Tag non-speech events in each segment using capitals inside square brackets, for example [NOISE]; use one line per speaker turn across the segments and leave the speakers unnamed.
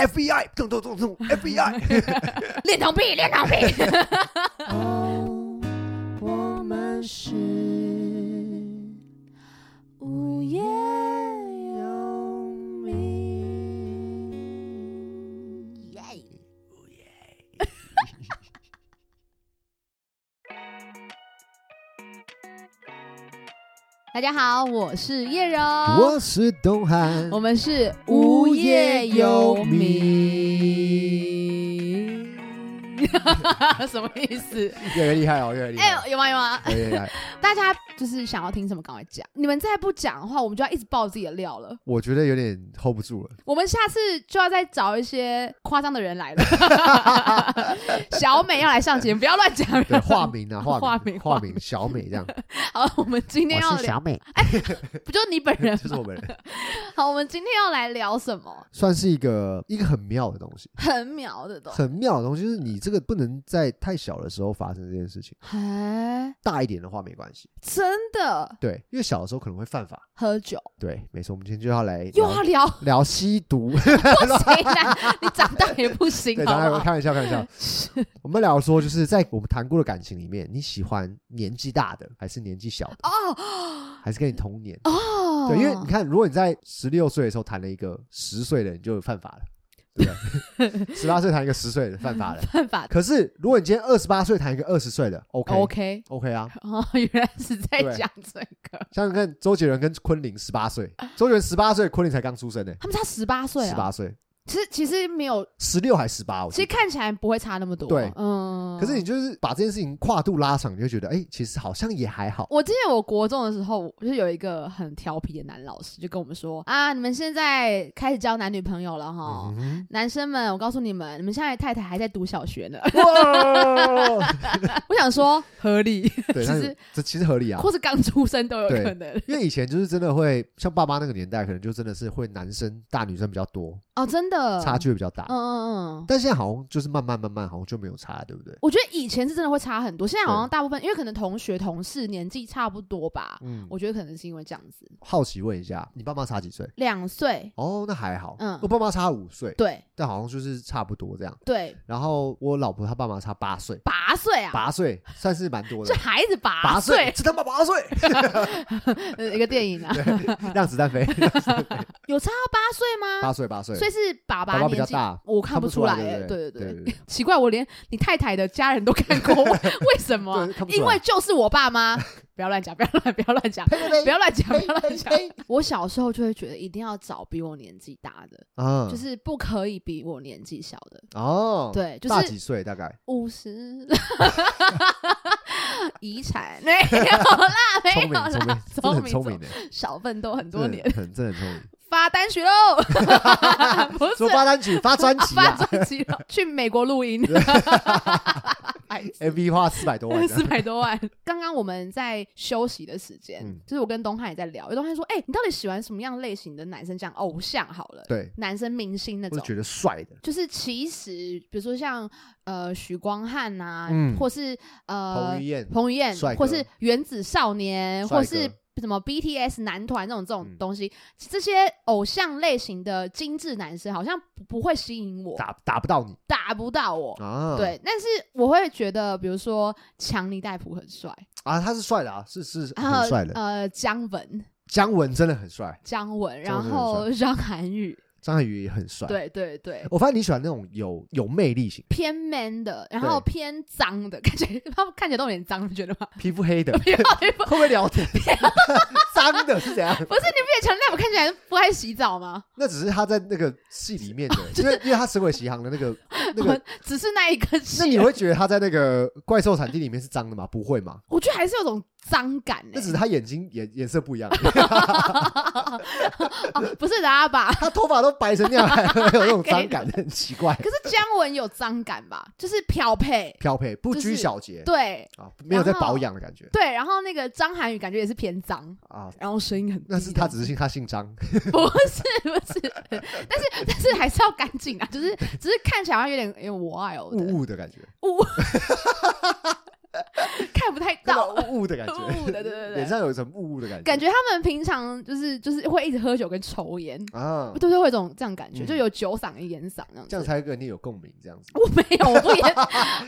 FBI，咚咚咚咚
[LAUGHS]
FBI，
恋童癖，恋童癖。
哦，我们是无业游民。
大家好，我是叶柔，
我是东汉，
我们是
无业游
民， [LAUGHS] 什么意思？
[LAUGHS] 越来越厉害哦，越来越厉
哎、
害，
有吗有吗？
越来越厉害。
大家就是想要听什么，赶快讲。你们再不讲的话，我们就要一直爆自己的料了。
我觉得有点 hold 不
[LAUGHS]
住了。
我们下次就要再找一些夸张的人来了。
[LAUGHS]
小美要来上节目，不要乱讲。
对，化名啊，
[LAUGHS] 化
化
名
名，
化
化
名
名，小美这样，
好，我们 [LAUGHS] 今天要聊，
美，
不就是你本人
这是
吗？
我们
好，我们今天要来聊什么？
算是一个一个很妙的东西，
很秒
[LAUGHS]
的东西。
很妙的东西，就是你这个不能在太小的时候发生这件事情，
哎，
大一点的话没关系，
真的
对，因为小的时候可能会犯法。
喝酒
对，没错，我们今天就要来
又
聊
要
[LAUGHS]
聊
聊吸毒，
不行啦，你长大也不行
[LAUGHS] 对，，
好
当然
不
我
好？
开玩笑，开玩
[LAUGHS]
笑。我们聊说，就是在我们谈过的感情里面，你喜欢年纪大的，还是年纪小的，
哦
还是跟你同年？
哦，
对，因为你看，如果你在十六岁的时候谈了一个十岁的，你就犯法
[LAUGHS]
了，对不对？十八岁谈一个十岁的，犯法了。
办法
可是如果你今天二十八岁谈一个二十岁的，OK
哦 OK。
OK 啊。
哦，原来是在
对
讲这个。
想想看，周杰伦跟昆凌十八岁，周杰伦十八岁，昆凌才刚出生呢、
他们差十八岁
十
啊
八，岁，
其实其实没有，
十六还十八，我记
其
得
实看起来不会差那么多。
对
嗯。
可是你就是把这件事情跨度拉长，你就觉得，哎、其实好像也还好。
我之前我国中的时候，就是有一个很调皮的男老师，就跟我们说啊，你们现在开始交男女朋友了哈。
嗯哼
男生们，我告诉你们，你们现在太太还在读小学呢。
[LAUGHS] 哇，
我想说，合理，
[LAUGHS] 对，
其
但
实
是这其实合理啊，
或是刚出生都有
对
可能。
因为以前就是真的会像爸妈那个年代，可能就真的是会男生大女生比较多，
哦，真的
差距会比较大。
嗯嗯嗯。
但现在好像就是慢慢慢慢，好像就没有差了，对不对？
我觉得以前是真的会差很多，现在好像
对
大部分因为可能同学同事年纪差不多吧，
嗯，我
我觉得可能是因为这样子，
好奇问一下，你爸妈差几岁？
两岁，
哦，那还好，
嗯
我爸妈差五岁，
对
但好像就是差不多这样。
对，
然后我老婆她爸妈差八岁，
八岁啊，
八岁算是蛮多
这
的，
孩子八
八
[LAUGHS] 岁，
这他妈八岁，
呃一个电影啊，
让子弹飞，
有差到八岁吗？
八岁八岁
所，以是爸
爸
爸
爸比
年
较
纪
大，
我看不出来
对
欸，
不
对对
对
对，
对
奇怪，我连你太太的家人都看过，
[LAUGHS]
为为什么啊
对看？不出来
因为就是我爸妈， [LAUGHS] 不要乱讲，不要乱，不要乱讲，
对，
[LAUGHS] 不要乱讲，不
呸
要乱
呸
讲。
呸
我小时候就会觉得一定要找比我年纪大的，
啊，
就是不可以比我年纪小的。
哦，，
对，就
大
是
几岁大概？[LAUGHS]
五十，遗产没有啦，没
聪明聪
有 [LAUGHS]
明
啦，，
真的很聪明，
明
的，
少奋斗很
真的
多
很
年，
很真的很聪
[LAUGHS]
明。
发单曲喽，
[LAUGHS]
不是
说发单曲发专辑
发
啊
专辑了，去美国录音，白痴
，MV 花四百多万
四
的，
百多万。刚刚我们在休息的时间，
嗯
就是我跟东汉也在聊，有东汉说：“哎、你到底喜欢什么样类型的男生？讲偶像好了，
对，
男生明星那
我
种
是。”觉得帅的，
就是其实，比如说像呃许光汉呐、
嗯
或是呃
彭于晏
彭于晏
帅，哥
或是原子少年，
帅
或
哥
是什么 BTS 男团这种这种
嗯
东西，这些偶像类型的精致男生好像不不会吸引我，
打打不到你
打不到我。
啊，
哦对，但是我会觉得，比如说强尼戴普很帅，
啊，他是帅的啊，是是
然后
很帅的，
呃姜文、
姜文真的很帅，
姜文，
姜
然
文很
后张涵予，
张涵予也很帅，，
[LAUGHS] 对对
[LAUGHS]
对，
我发现你喜欢那种有有魅力型，
偏 man 的，然后偏脏的，看起来 [LAUGHS] 他们看起来都有点脏，你觉得吗？ [LAUGHS]
皮肤黑的，
不要不要
会不会聊天？ [LAUGHS] 脏的是怎样？
不是你不也强尼戴普看起来不爱洗澡吗？
那只是他在那个戏里
[LAUGHS]
面的，
啊
因为因为他《神鬼奇航》的那个那个，
只是那一个
那
戏
你，会觉得他在那个怪兽产地里面是脏的吗？不会吗？
我觉得还是有种脏感
那只
欸
是他眼睛颜颜色不一样，
哦，不是的阿爸。
他头发都白成那样，还有那种脏感，很奇怪。
可是姜文有脏感吧，就是漂配，
漂配不
就是
拘小节
对
啊，没有在保养的感觉
对，然后那个张涵予感觉也是偏脏，
啊。
然后声音很低
那是他
的
只是姓他姓张，
[LAUGHS] 不是不是，但是但是还是要干净啊，就是
嗯
只是看起来好像有点有点 wild
雾
的
雾的感觉。
雾，看不太
那
到，
种雾雾的感
[LAUGHS] 雾
觉，
雾的，对对
脸
对。
上有一层雾雾的感觉，
感觉他们平常就是就是会一直喝酒跟抽烟，
啊，
都是会有一种这样感觉，
嗯
就有酒嗓一烟嗓这样子。
这样才跟你有共鸣，这样子。
我没有，我不言，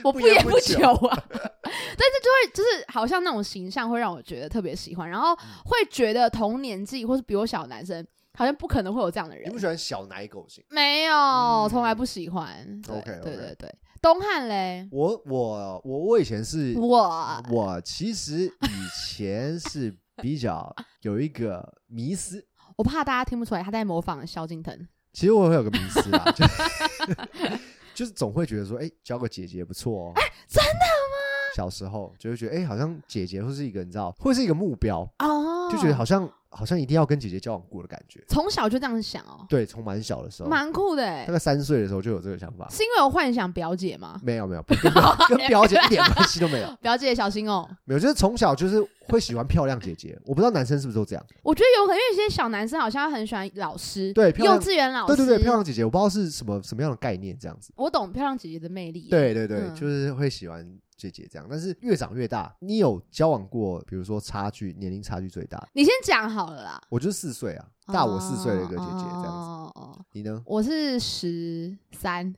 我不
不言
言
不
不
求
求啊。 [LAUGHS] 但是就会就是好像那种形象会让我觉得特别喜欢，然
嗯
后会觉得同年纪或是比我小的男生好像不可能会有这样的
你
人
不。喜欢小奶狗型？
没有，从来不喜欢。对
OK，OK
对对对，东汉嘞，
我我我我以前是，
我
我其实以前是比较有一个迷思，
我怕大家听不出来他在模仿萧敬腾。
其实我会有个迷思啦，就就是总会觉得说，哎、交个姐姐不错哦。
哎真
的吗？小时候就会觉得，哎、好像姐姐会是一个，你知道，会是一个目标，
哦，
就觉得好像好像一定要跟姐姐交往过的感觉。
从小就这样想哦，
对，从蛮小的时候，
蛮酷的欸
大。概三岁的时候就有这个想
[LAUGHS]
法。
是因为我幻想表姐吗？
没有没有，不跟
[LAUGHS]
表跟表姐一点关系都没有，
表姐小心哦，
没有，就是从小就是会喜欢漂亮姐姐。我不知道男生是不是都这样，
我觉得有可能，因为有些小男生好像很喜欢老师，
对漂亮
幼稚园老
对
师，
对对，漂亮姐姐，我不知道是什么什么样的概念这样子。
我懂漂亮姐姐的魅力。，
对对对，
嗯
就是会喜欢姐姐这样。但是越长越大，你有交往过，比如说差距年龄差距最大的，
你先讲好了啦。
我就是四岁啊，大我四岁的一个姐姐这样子。
哦哦哦，
你呢？
我是十三，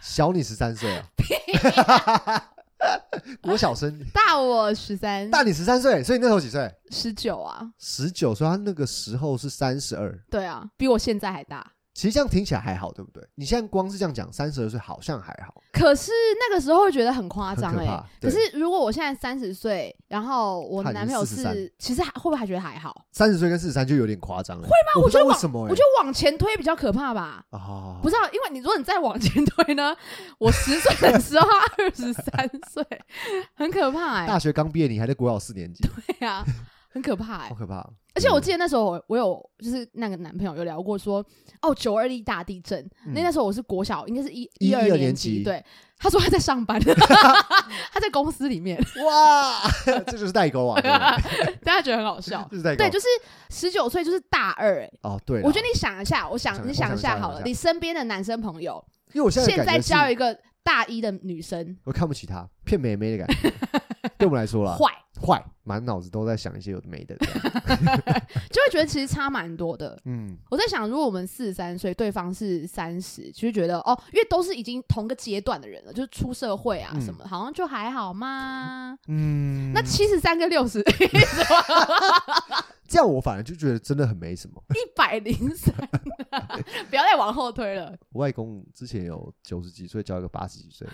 小你十三岁啊，
哦
[LAUGHS] 国小生，
大我十三，
大你十三岁，所以那时候几岁？
十九啊，
十九岁，他那个时候是三十二。
对啊，比我现在还大。
其实这样听起来还好，对不对？你现在光是这样讲，三十二岁好像还好，
可是那个时候会觉得很夸张
很可
哎
怕。
可
对
是如果我现在三十岁，然后我
看
男
你
朋友
43
是，其实还会不会还觉得还好？
三十岁跟四十三就有点夸张了。会吗？我不知道
我觉得
为
往
什么、欸，
我觉得往前推比较可怕吧。
得啊，
不
是
知道，因为你如果你再往前
[LAUGHS]
推呢，我十岁的时候他二十三岁，很可怕哎、
大学刚毕业，你还在国小四年级，
对啊，很可怕哎、
好可怕。
而且我
嗯
记得那时候我我有就是那个男朋友有聊过说，哦九二一大地震，那
嗯
那时候我是国小，应该是一
一
二
一二
年
年级
对，他说他在上
[LAUGHS]
班，他在公司里面，
哇，
[LAUGHS]
这就是代沟啊，对不对
大家觉得很好笑
[LAUGHS] 这。就是代沟。
对，就是十九岁就是大二哎、
哦，对啦，
我觉得你想一下，我想
想
你
我
想
想
一
一
下
下
好
我
了，
想
你身边的男生朋友
因为我现在
现
的
在
感觉
交
是
一个大一的女生，
我看不起他，骗妹妹的感
[LAUGHS]
觉，对啊我们来说啦，
坏。
坏，满脑子都在想一些有的没的这
[LAUGHS]
样。
就会觉得其实差蛮多的。
嗯，
我在想，如果我们四十三岁，对方是三十，就会觉得哦，因为都是已经同个阶段的人了，就是出社会啊
嗯
什么，好像就还好嘛。
嗯，
那七十三跟六十， [LAUGHS]
这样我反而就觉得真的很没什么。
一百零三，啊 [LAUGHS] 不要再往后推了。
我外公之前有九十几岁交一个八十几岁，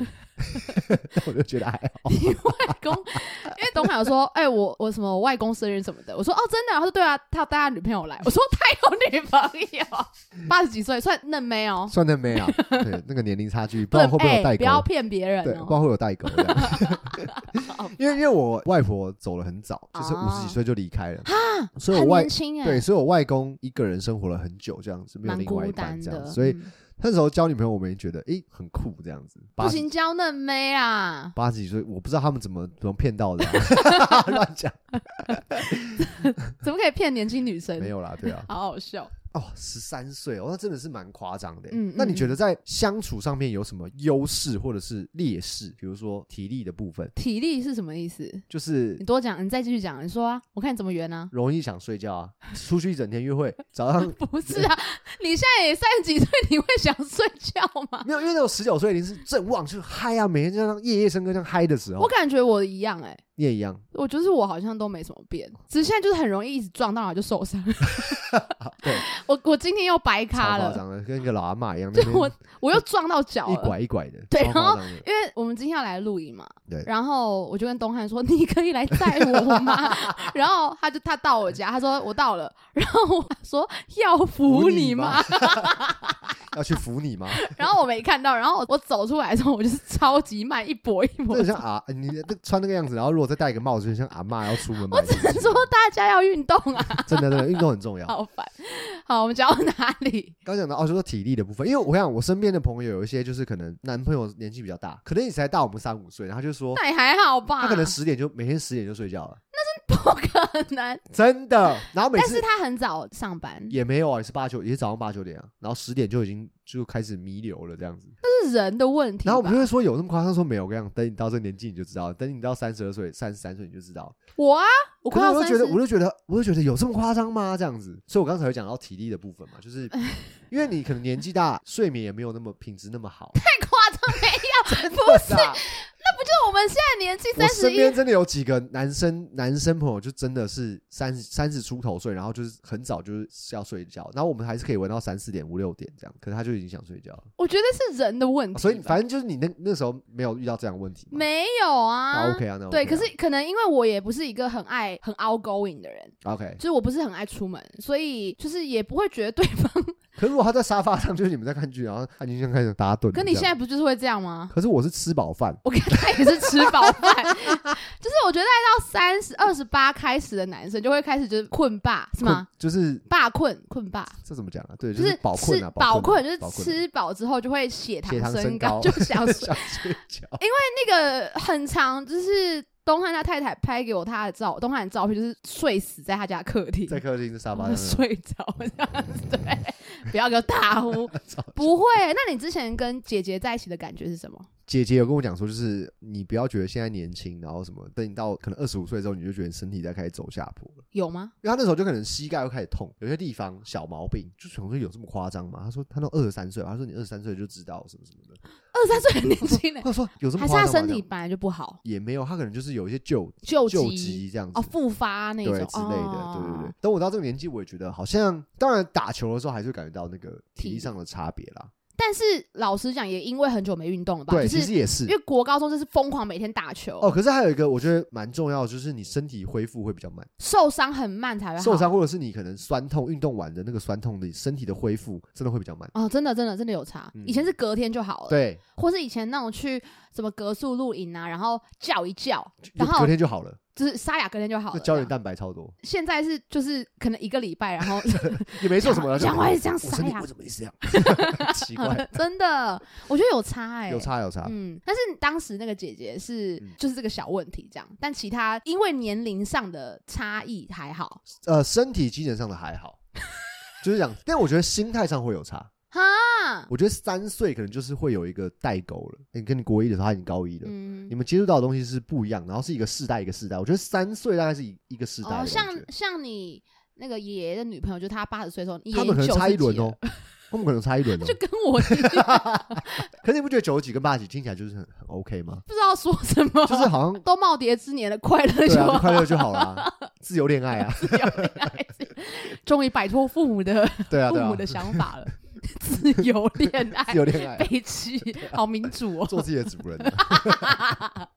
[LAUGHS]
但我就觉得还好。
你外公，因为董海有说，哎、我我什么我外公生日什么的，我说哦真的啊、他说对啊，他带他女朋友来，我说他有女朋友，八十几岁算嫩妹哦，
算嫩妹啊，
[LAUGHS]
对那个年龄差距，不知道会不会有
哎
代
不要
沟，
骗别人
对，不知
哦。
道会有代沟这样。
[LAUGHS]
[LAUGHS] 因为因为我外婆走了很早，就是五
哦
十几岁就离开了，
啊，
所以我
很
外
年轻哎、
对，所以我外公一个人生活了很久，这样子没有
蛮
另外
孤
一半
单
这样
的，
子，所以
嗯
那时候交女朋友，我们也觉得诶很酷这样子。
不
八十
行娇嫩妹啊，
八十几岁，我不知道他们怎么怎么骗到的、啊，
[LAUGHS]
乱讲
怎么可以骗年轻女生？
没，有啦，对
[LAUGHS]
啊。
好好笑。
哦，十三岁哦，那真的是蛮夸张的。
嗯
嗯，那
嗯
你觉得在相处上面有什么优势或者是劣势？比如说体力的部分，
体力是什么意思？
就是
你多讲，你再继续讲，你说啊，我看你怎么圆啊。
容易想睡觉啊，出去一整天约会，早上
[LAUGHS] 不是啊，你现在也三十几岁，你会想睡觉吗？
没有，因为那种十九岁已经是正旺，就是嗨啊，每天这样夜夜笙歌这样嗨的时
我
候，
感觉我一样哎、
你也一样。
我就是我好像都没什么变，只是现在就是很容易一直撞到然后就受伤。
[LAUGHS] 对，
我我今天又白
超夸
咖了，
张的，跟一个老阿嬷一样，那
对
边
[LAUGHS] 我我又撞到脚
一
了。
拐一拐的，
对
超
然后
夸张的
因为我们今天要来录影嘛，
对
然后我就跟东汉说：“ [LAUGHS] 你可以来载我吗？” [LAUGHS] 然后他就他到我家，他说：“我到了。”然后我说：“要扶你吗？”
要去扶你吗？
[LAUGHS] 然后我没看到，然后我走出来的时候，我就是超级慢，一跛一
真
跛 [LAUGHS]
的。像阿，你这穿那个样子，然后如果再戴一个帽子，就像阿嬷要出门买
[LAUGHS] 我
东西。
只能说大家要运动啊，
真的真的运动很重要。
好烦。好，我们讲到哪里？
刚讲到哦，就说体力的部分，因为我想我身边的朋友有一些就是可能男朋友年纪比较大，可能也才大我们三五岁，然后他就说
那也还好吧？
他可能十点就每天十点就睡觉了，
[LAUGHS] 不可能，
真的。然后每
但是
次
他很早上班，
也没有啊，也是八九，也是早上八九点啊，然后十点就已经就开始弥留了这样子。
这是是人的问题吧。
然后我们就会说有那么夸张？说没有，我跟你讲，等你到这年纪你就知道，等你到三十二岁、三十三岁你就知道。
我啊，我
可
快
是
要
我就
三
觉
十
得，，我就觉得，我就觉得有这么夸张吗？这样子，所以我刚才有讲到体力的部分嘛，就是
[LAUGHS]
因为你可能年纪大，睡眠也没有那么品质那么好。
太夸张没
[LAUGHS]
有，不
不
是，就我们现在年纪
我
三十
身
一
边，真的有几个男生男生朋友，就真的是三三十出头岁，然后就是很早就是要睡觉，然后我们还是可以玩到三四点、五六点这样，可是他就已经想睡觉了。
我觉得是人的问题吧。
所以反正就是你那那时候没有遇到这样的问题嘛，
没有啊
那 OK 啊，那 OK 啊、
对，可是可能因为我也不是一个很爱很 outgoing 的人，
OK，
就是我不是很爱出门，所以就是也不会觉得对方
可是如果他在沙发上，就是你们在看剧，然后他已经像开始打 [LAUGHS] 盹了这样，
跟你现在不就是会这样吗？
可是我是吃饱饭，
我看他也是吃饱饭， [LAUGHS] 就是我觉得到三十二十八开始的男生就会开始就是困霸是吗？
困？就是
霸困困霸，
这怎么讲啊？对，
就
就是
吃
饱困啊，
饱
困
困
啊，
就是吃饱之后就会血
血糖
升
高，
就
[LAUGHS]
想睡
想睡觉。
[LAUGHS] 那个很长，就是东汉他太太拍给我他的照，东汉的照片就是睡死在他家客厅，
在客厅的沙
然
发
后
上，
[LAUGHS] 睡着这样子，对，不要给我
[LAUGHS]
大呼，不会。那你之前跟姐姐在一起的感觉是什么？
姐姐有跟我讲说，就是你不要觉得现在年轻，然后什么，等你到可能二十五岁之后，你就觉得身体在开始走下坡了。
有吗？
因为她那时候就可能膝盖会开始痛，有些地方小毛病，就想说有这么夸张吗？她说她都二十三岁了，她说你二十三岁就知道什么什么的。
二三岁很年轻呢、
她说 [LAUGHS] 有这么
哎还是
夸张
他
吗？
身
这
体
样
本来就不好，
也没有，她可能就是有一些旧
旧
旧
疾
疾这样子
哦，复发那种
对之类的，对对对
哦。
等我到这个年纪，我也觉得好像，当然打球的时候还是会感觉到那个体
体力
力上的差别啦。
但是老实讲，也因为很久没运动了吧，
对，
就
其
是
实也是
因为国高中就是疯狂每天打球，
哦。可是还有一个我觉得蛮重要的，就是你身体恢复会比较慢，
受伤很慢才会好
受伤或者是你可能酸痛，运动完的那个酸痛的身体的恢复真的会比较慢。
哦，真的真的真的有差。
嗯
以前是隔天就好了，，
对，
或是以前那种去什么格数露营啊，然后叫一叫，
就
然后
隔天就好了，
就是沙哑隔天就好
那
了。
胶原
这样
蛋白超多，
现在是就是可能一个礼拜，然后
也没做什么啊。就
讲话也这样
我身
塞
体
呀
为什么一直这样？ [LAUGHS]
[LAUGHS]
奇怪，
真的，我觉得有差哎、
有。差有差。
嗯，但是当时那个姐姐是
嗯
就是这个小问题这样，但其他因为年龄上的差异还好
呃，身体精神上的还
[LAUGHS]
好，就是讲，但我觉得心态上会有差。
哈。
我觉得三岁可能就是会有一个代沟了。你跟你国一的时候，他已经高一了，
嗯
你，们接触到的东西是不一样，然后是一个世代一个世代。我觉得三岁大概是一一个世代的
哦，
感觉，
像像你那个爷爷的女朋友，就他八十岁的时候，你
他
爷
们可
爷
能
九
差一
十
轮
几
哦
了，，
他们可能差一轮哦
[LAUGHS] 就。跟我一样
可是你不觉得九十几跟八十几听起来就是很很 OK
[LAUGHS]
吗？
不知道说什么，
就是好像
都耄耋之年的快乐
对
就
啊，就
好，
快乐就好啦，自由恋爱啊，
[LAUGHS] 终于摆脱父母的
对啊
父
对啊
母，的想法了， [LAUGHS] 自由
[LAUGHS]
恋
自
爱，
由恋爱啊，
悲
[LAUGHS]
戚，好民主哦。
做自己的主人啊。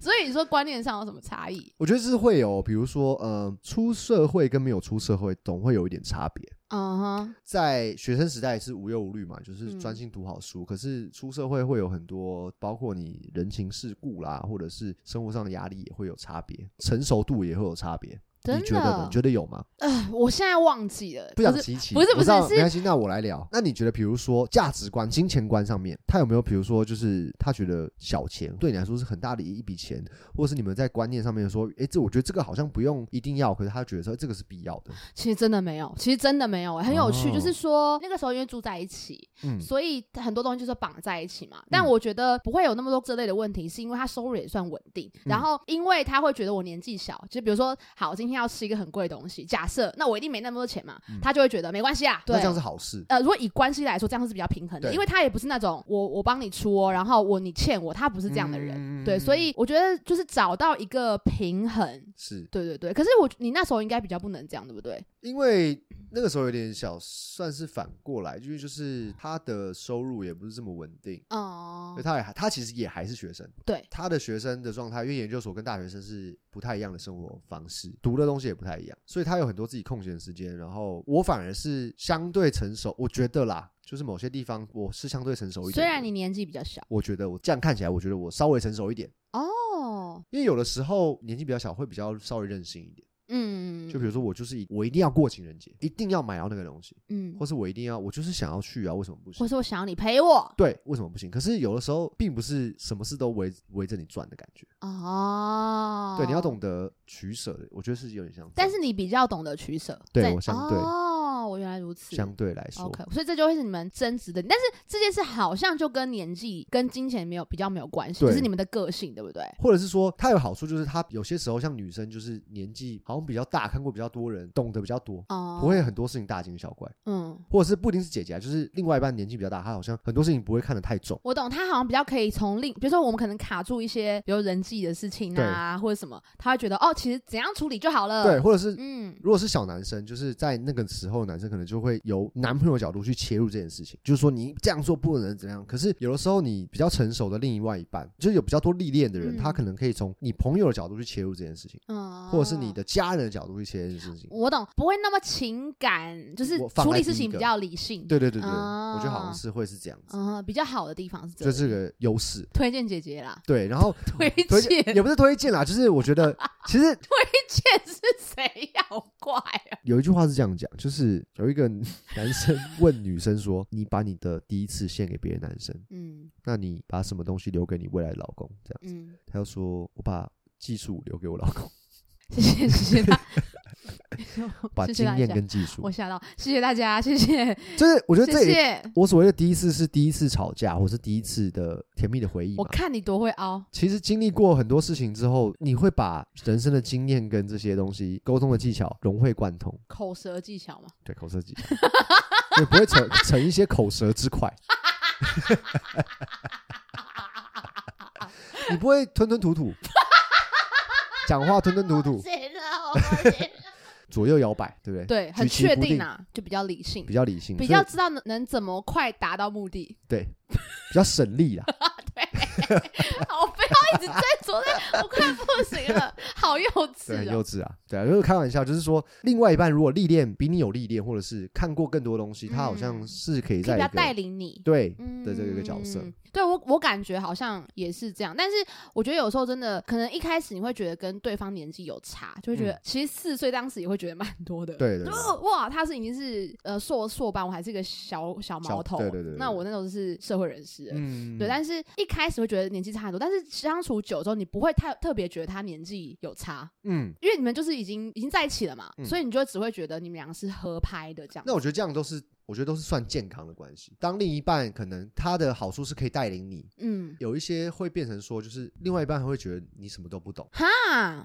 所以你说观念上有什么差异？
我觉得是会有，比如说，呃，出社会跟没有出社会总会有一点差别。
嗯哼，
在学生时代是无忧无虑嘛，就
嗯
是专心读好书。可是出社会会有很多，包括你人情世故啦，或者是生活上的压力也会有差别，成熟度也会有差别。
真
你觉得呢？
的
你，觉得有吗？
呃，我现在忘记了，
不
可
想
是
提起，
不是不是
我知道
是
没关系。那我来聊。那你觉得，比如说价值观、金钱观上面，他有没有，比如说，就是他觉得小钱对你来说是很大的一笔钱，或者是你们在观念上面说，诶，这我觉得这个好像不用一定要，可是他觉得说这个是必要的。
其实真的没有，其实真的没有、很有趣。
哦
就是说那个时候因为住在一起，
嗯，
所以很多东西就是绑在一起嘛。但我觉得不会有那么多这类的问题，是因为他收入也算稳定。
嗯
然后因为他会觉得我年纪小，就比如说好，今天要吃一个很贵的东西，假设那我一定没那么多钱嘛，
嗯
他就会觉得没关系啊。
那
对
这，样是好事。
呃，如果以关系来说，这样是比较平衡的，
对
因为他也不是那种我我帮你出哦，然后我你欠我，他不是这样的人。
嗯
对，所以我觉得就是找到一个平衡。
是
对对对，可是我你那时候应该比较不能这样，对不对？
因为那个时候有点小，算是反过来，因为就是他的收入也不是这么稳定，
哦
所以，他也还他其实也还是学生，
对，
他的学生的状态，因为研究所跟大学生是不太一样的生活方式，读的东西也不太一样，所以他有很多自己空闲的时间。然后我反而是相对成熟，我觉得啦，就是某些地方我是相对成熟一点的。
虽然你年纪比较小
我觉得我这样看起来，我觉得我稍微成熟一点，
哦，
因为有的时候年纪比较小，会比较稍微任性一点。
嗯，
就比如说我就是一我一定要过情人节，一定要买到那个东西。
嗯
或，是我一定要，我就是想要去啊，为什么不
或
行？
是我想要你陪我
对，为什么不行？可是有的时候并不是什么事都围围着你转的感觉，
哦，
对，你要懂得取舍的，我觉得是有点像这样。
但是你比较懂得取舍，
对
在
我相对
哦哦，我原来如此。
相对来说
OK，所以这就会是你们争执的点，但是这件事好像就跟年纪、跟金钱没有比较没有关系，
对
只是你们的个性，对不对？
或者是说，它有好处就是它有些时候像女生就是年纪好像比较大，看过比较多人，懂得比较多，
哦，
不，会很多事情大惊小怪，
嗯，
或者是不一定是姐姐啊，就是另外一半年纪比较大，她好像很多事情不会看得太重。
我懂，他好像比较可以从另，比如说我们可能卡住一些，比如人际的事情啊，或者什么，他会觉得哦，其实怎样处理就好了。
对，，或者是
嗯，
如果是小男生，就是在那个时候，男生可能就会由男朋友角度去切入这件事情，就是说你这样做不能怎样。可是有的时候，你比较成熟的另外一半，就是有比较多历练的人，
嗯
他可能可以从你朋友的角度去切入这件事情，
嗯，
或者是你的家人的角度去切入这件事情。
我懂，不会那么情感，就是
我放
处
在
理事
第一
情
个
比较理性。，
对对对对，
啊
我觉得好像是会是这样子，
嗯，比较好的地方是这
这
里
是个优势。
推荐姐姐啦，
对，然后
推
[LAUGHS] 推
荐
荐也不是推荐啦，就是我觉
[LAUGHS]
得其实
推荐是谁呀？好怪啊！
有一句话是这样讲，就是有一个 [LAUGHS] 男生问女生说：“你把你的第一次献给别的男生，
嗯
那你把什么东西留给你未来的老公？”这样，
嗯，
他就说：“我把技术留给我老公，
[LAUGHS] 谢谢谢
[LAUGHS]
谢他，
把
谢
经
谢大
验
家，
跟技术
我。吓到，谢谢大家，谢谢”
就是我觉得
谢
这也，
谢，
我所谓的第一次是第一次吵架，或是第一次的甜蜜的回忆
我
嘛。
看你多会凹。
其实经历过很多事情之后，你会把人生的经验跟这些东西、沟通的技巧融会贯通。
口舌技巧嘛，
对，口舌
[LAUGHS]
技巧，也不会逞逞一些口舌之快。你不会吞吞吐吐，讲话吞吞吐吐，
谁知道？
[LAUGHS]
啊我谁
左右摇摆，对不对？，
对，
举
很
棋
确
不
定
定
啊，就比较理性，
比较理性，
比
所以
较知道能能怎么快达到目 [LAUGHS] 的。
对，比较省
[LAUGHS]
力啦。
好，我不要一直在昨天，我快不行了，好幼
对，很
稚
幼
哦。
稚啊，对啊，就是开玩笑，就是说，另外一半如果历练比你有历练，或者是看过更多东西，他好像
嗯
是可以
可以
在
比
一
较
个
带领你，
对
嗯
的这个一个角色，
对我我感觉好像也是这样，但是我觉得有时候真的可能一开始你会觉得跟对方年纪有差，就会觉得、其实四岁当时也会觉得蛮多的。。
嗯对对对
哦哇，他是已经是呃硕硕班，我还是一个小小毛
小
头，
对对对对
那我那时候是社会人士了，
嗯
对，但是一开始会觉得年纪差很多，但是相处久之后，你不会太特别觉得他年纪有差，
嗯，
因为你们就是已经已经在一起了嘛，
嗯
所以你就只会觉得你们俩是合拍的这样。
那我觉得这样都是，我觉得都是算健康的关系。当另一半可能他的好处是可以带领你，
嗯，
有一些会变成说，就是另外一半会觉得你什么都不懂，
哈，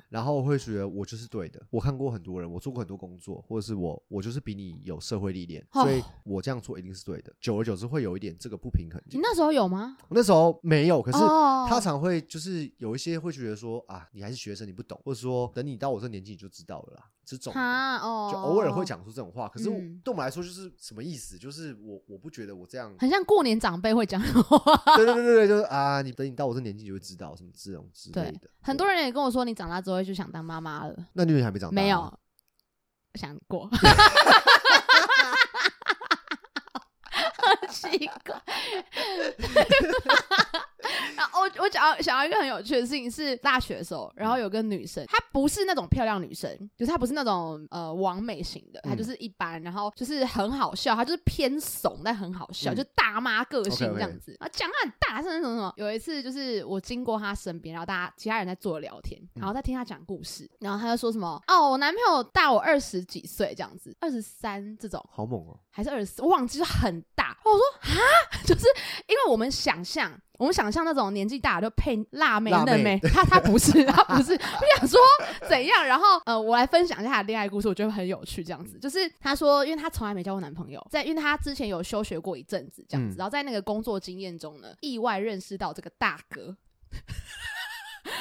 然后会觉得我就是对的。我看过很多人，我做过很多工作，或者是我我就是比你有社会历练，
哦
所以我这样做一定是对的。久而久之会有一点这个不平衡。
你那时候有吗？
我那时候没有，可是
哦
他常会就是有一些会觉得说啊，你还是学生，你不懂，或者说等你到我这年纪你就知道了啦，这种的
哈哦，
就偶尔会，讲出这种话。可是我
嗯
对我们来说就是什么意思？就是我我不觉得我这
[LAUGHS]
样，
很像过年长辈会讲的话。 [LAUGHS]
对对对对对，就是啊，你等你到我这年纪你就会知道什么这种之类
对
的。
很多人也跟我说，你长大之后就想当妈妈了，
那你为还没长大，
没有，想过。 [LAUGHS] 奇怪， [LAUGHS] 然后我我讲到想到一个很有趣的事情是大学的时候，
嗯
然后有个女生，她不是那种漂亮女生，就是她不是那种呃完美型的，
嗯
她就是一般，然后就是很好笑，她就是偏怂但很好笑，
嗯
就大妈个性
OK，OK
这样子，啊，讲话很大声那种什么。有一次就是我经过她身边，然后大家其他人在坐着聊天，然后在听她讲故事，然后她就说什么哦，我男朋友大我二十几岁这样子，二十三这种。
好猛哦，
[LAUGHS] 还是二十四，我忘记，就很大。我说啊， [LAUGHS] 就是因为我们想象，我们想象那种年纪大的就配辣妹、
辣妹
嫩妹，她她不是，她不是。我想说怎样，然后呃，我来分享一下她的恋爱故事，我觉得很有趣。这样子，就是她说，因为她从来没交过男朋友，在因为她之前有休学过一阵子，这样
嗯
子，然后在那个工作经验中呢，意外认识到这个大哥，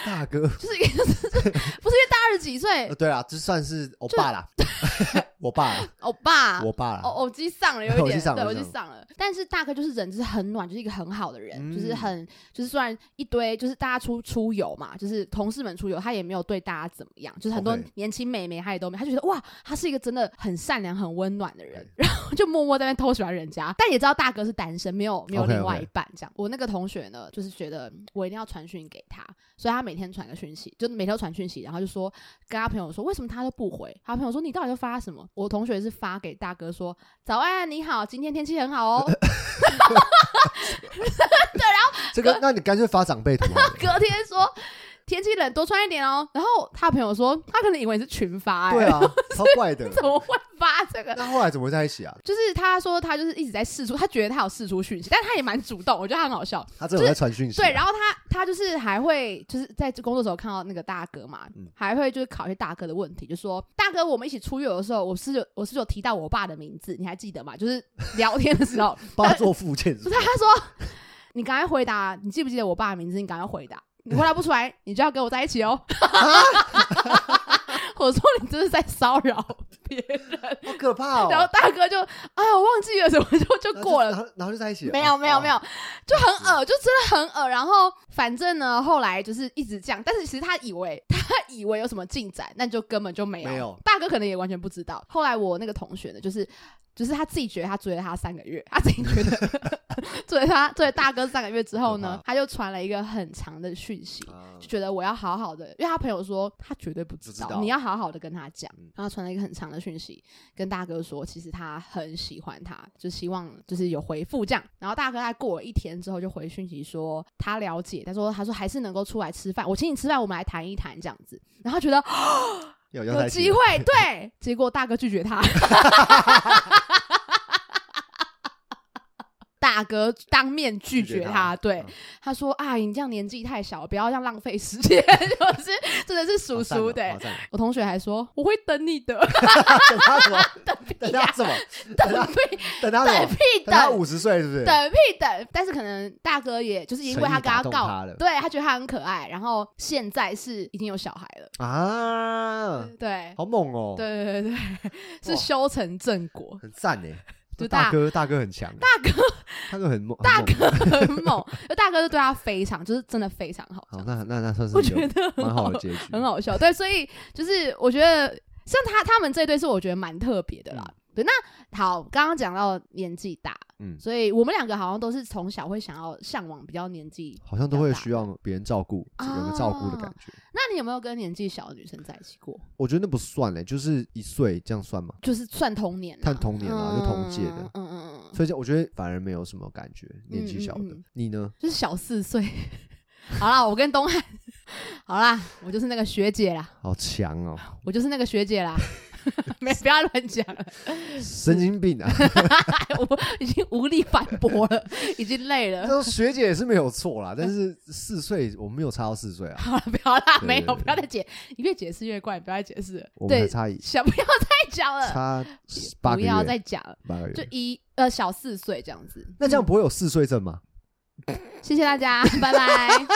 大哥，
就是 [LAUGHS] 一个就是不是因为大二十几岁
呃，对啊，这算是欧巴啦， [LAUGHS] 我爸啦，
欧巴，
我爸啦，
哦，偶机上了有
偶
一
机
点，
上了
对，
偶
我
机
就上了。但是大哥就是人，就是很暖，就是一个很好的人，就是
嗯
很就是虽然一堆就是大家出出游嘛，就是同事们出游，他也没有对大家怎么样，就是很多
OK
年轻美眉他也都没，他就觉得哇，他是一个真的很善良、很温暖的人， [LAUGHS] 然后就默默在那边偷喜欢人家，但也知道大哥是单身，没有没有
OK，OK
另外一半这样。我那个同学呢，就是觉得嗯我一定要传讯给他，所以他每天传个讯息，就每天都传讯息，然后就说跟他朋友说，为什么他都不回？他朋友说你到底都发什么？我同学是发给大哥说早安你好，今天天气很好
[LAUGHS]
哦。
这个，那你干脆发长辈图好了
隔天说天气冷多穿一点哦。然后他朋友说他可能以为你是群发、欸，
对，啊，超怪的。
[LAUGHS] 怎么会发这个？
那后来怎么会在一起啊？
就是他说他就是一直在试出，他觉得他有试出讯息，但他也蛮主动，我觉得他很好笑。
他真的有在传讯息啊、
对，然后他他就是还会就是在工作的时候看到那个大哥嘛，
嗯
还会就是考一些大哥的问题，就说大哥，我们一起出游的时候，我是有我是有提到我爸的名字，你还记得吗？就是聊天的
[LAUGHS]
时候，
帮他做附件是
不
不
是
是，
他说你赶快回答，你记不记得我爸的名字？你赶快回答，你回答不出来，你就要跟我在一起哦。
[LAUGHS]
我说你这是在骚扰别人，
好可怕哦。
然后大哥就哎呀我忘记了什么就就
然后就
过了
然，后然后就在一起了。哦
没有没有没
有，
有，就很恶，就真的很恶。然后反正呢，后来就是一直这样，但是其实他以为 [LAUGHS] 他以为有什么进展，但就根本就没有。
没有
大哥可能也完全不知道。后来我那个同学呢，就是就是他自己觉得他追了他三个月，他自己觉得 [LAUGHS] 追了他追了大哥三个月之后
可
呢
怕，
他就传了一个很长的讯息。
啊
就觉得我要好好的，因为他朋友说他绝嗯对不知
不知道
你要好好的跟他讲
嗯。
然后传了一个很长的讯息跟大哥说，其实他很喜欢他，就希望就是有回复这样。然后大哥在过了一天之后就回讯息说他了解，他说他说还是能够出来吃饭，我请你吃饭，我们来谈一谈这样子。然后他觉得
有要在
有
一起
机
了
会，对，结果大哥拒绝 [LAUGHS] 他。大哥当面拒绝他，对
嗯，
他说：“啊，你这样年纪太小，不要这样浪费时间。” [LAUGHS] 就是真的是叔
好赞哦
叔的欸
好。赞哦
我同学还说：“我会等
[LAUGHS]
你的，
等他什
[LAUGHS]
么？等他什么？等
等
他
屁
等他 [LAUGHS] 什
等
么？
屁
等他
等
五十岁是不是？
等屁等。”但是可能大哥也就是因为他
诚
跟
意打动他
告
了，
对他觉得他很可爱，然后现在是已经有小孩了，
啊，
对
好猛哦，
对对对对， [LAUGHS] 是
哇
修成正果。 [LAUGHS]
很赞哎。
就
这
大
大哥，大哥很强，大
哥
大哥很猛，很
大
猛
哥很猛， [LAUGHS] 就大哥就对他非常，就是真的非常好，
好，那那那算是
我
有
觉得很
蛮好
好
的，结局，
很。好笑。对，所以就是我觉得像他他们这一对是我觉得蛮特别的啦。对，那好，刚刚讲到年纪大，
嗯
所以我们两个好像都是从小会想要向往比较啊年纪。
好像都会需要别人照顾，有个照顾的感觉。
那你有没有跟年纪小的女生在一起过？
我觉得那不算嘞，就是一岁这样算吗？
就是算童年、啊，
看童年啊就同届的
嗯嗯嗯嗯嗯，
所以这我觉得反而没有什么感觉，年纪小的。
嗯嗯
你呢？
就是小四岁。 [LAUGHS] 好啦，我跟东汉， [LAUGHS] 好啦，我就是那个学姐啦。
好强
[LAUGHS]
哦，
我就是那个学姐啦， [LAUGHS] 没不要乱讲， [LAUGHS]
神经病啊！
我已经无力反驳了，已经累了。
那学姐也是没有错啦，但
[LAUGHS]
是四岁我们没有差到四岁啊，
好了，不要啦，
对
没有，
对对
不要再解，你越解释越怪，不要再解释了。
我们才
对，
差一
想不要再讲了，
差八
不
个月，
要再讲了，
八个
就嗯
月。
一呃小四岁这样子。嗯
那这样不会有四岁症
[LAUGHS]
吗？
谢谢
[LAUGHS]
大家，拜拜。 [LAUGHS]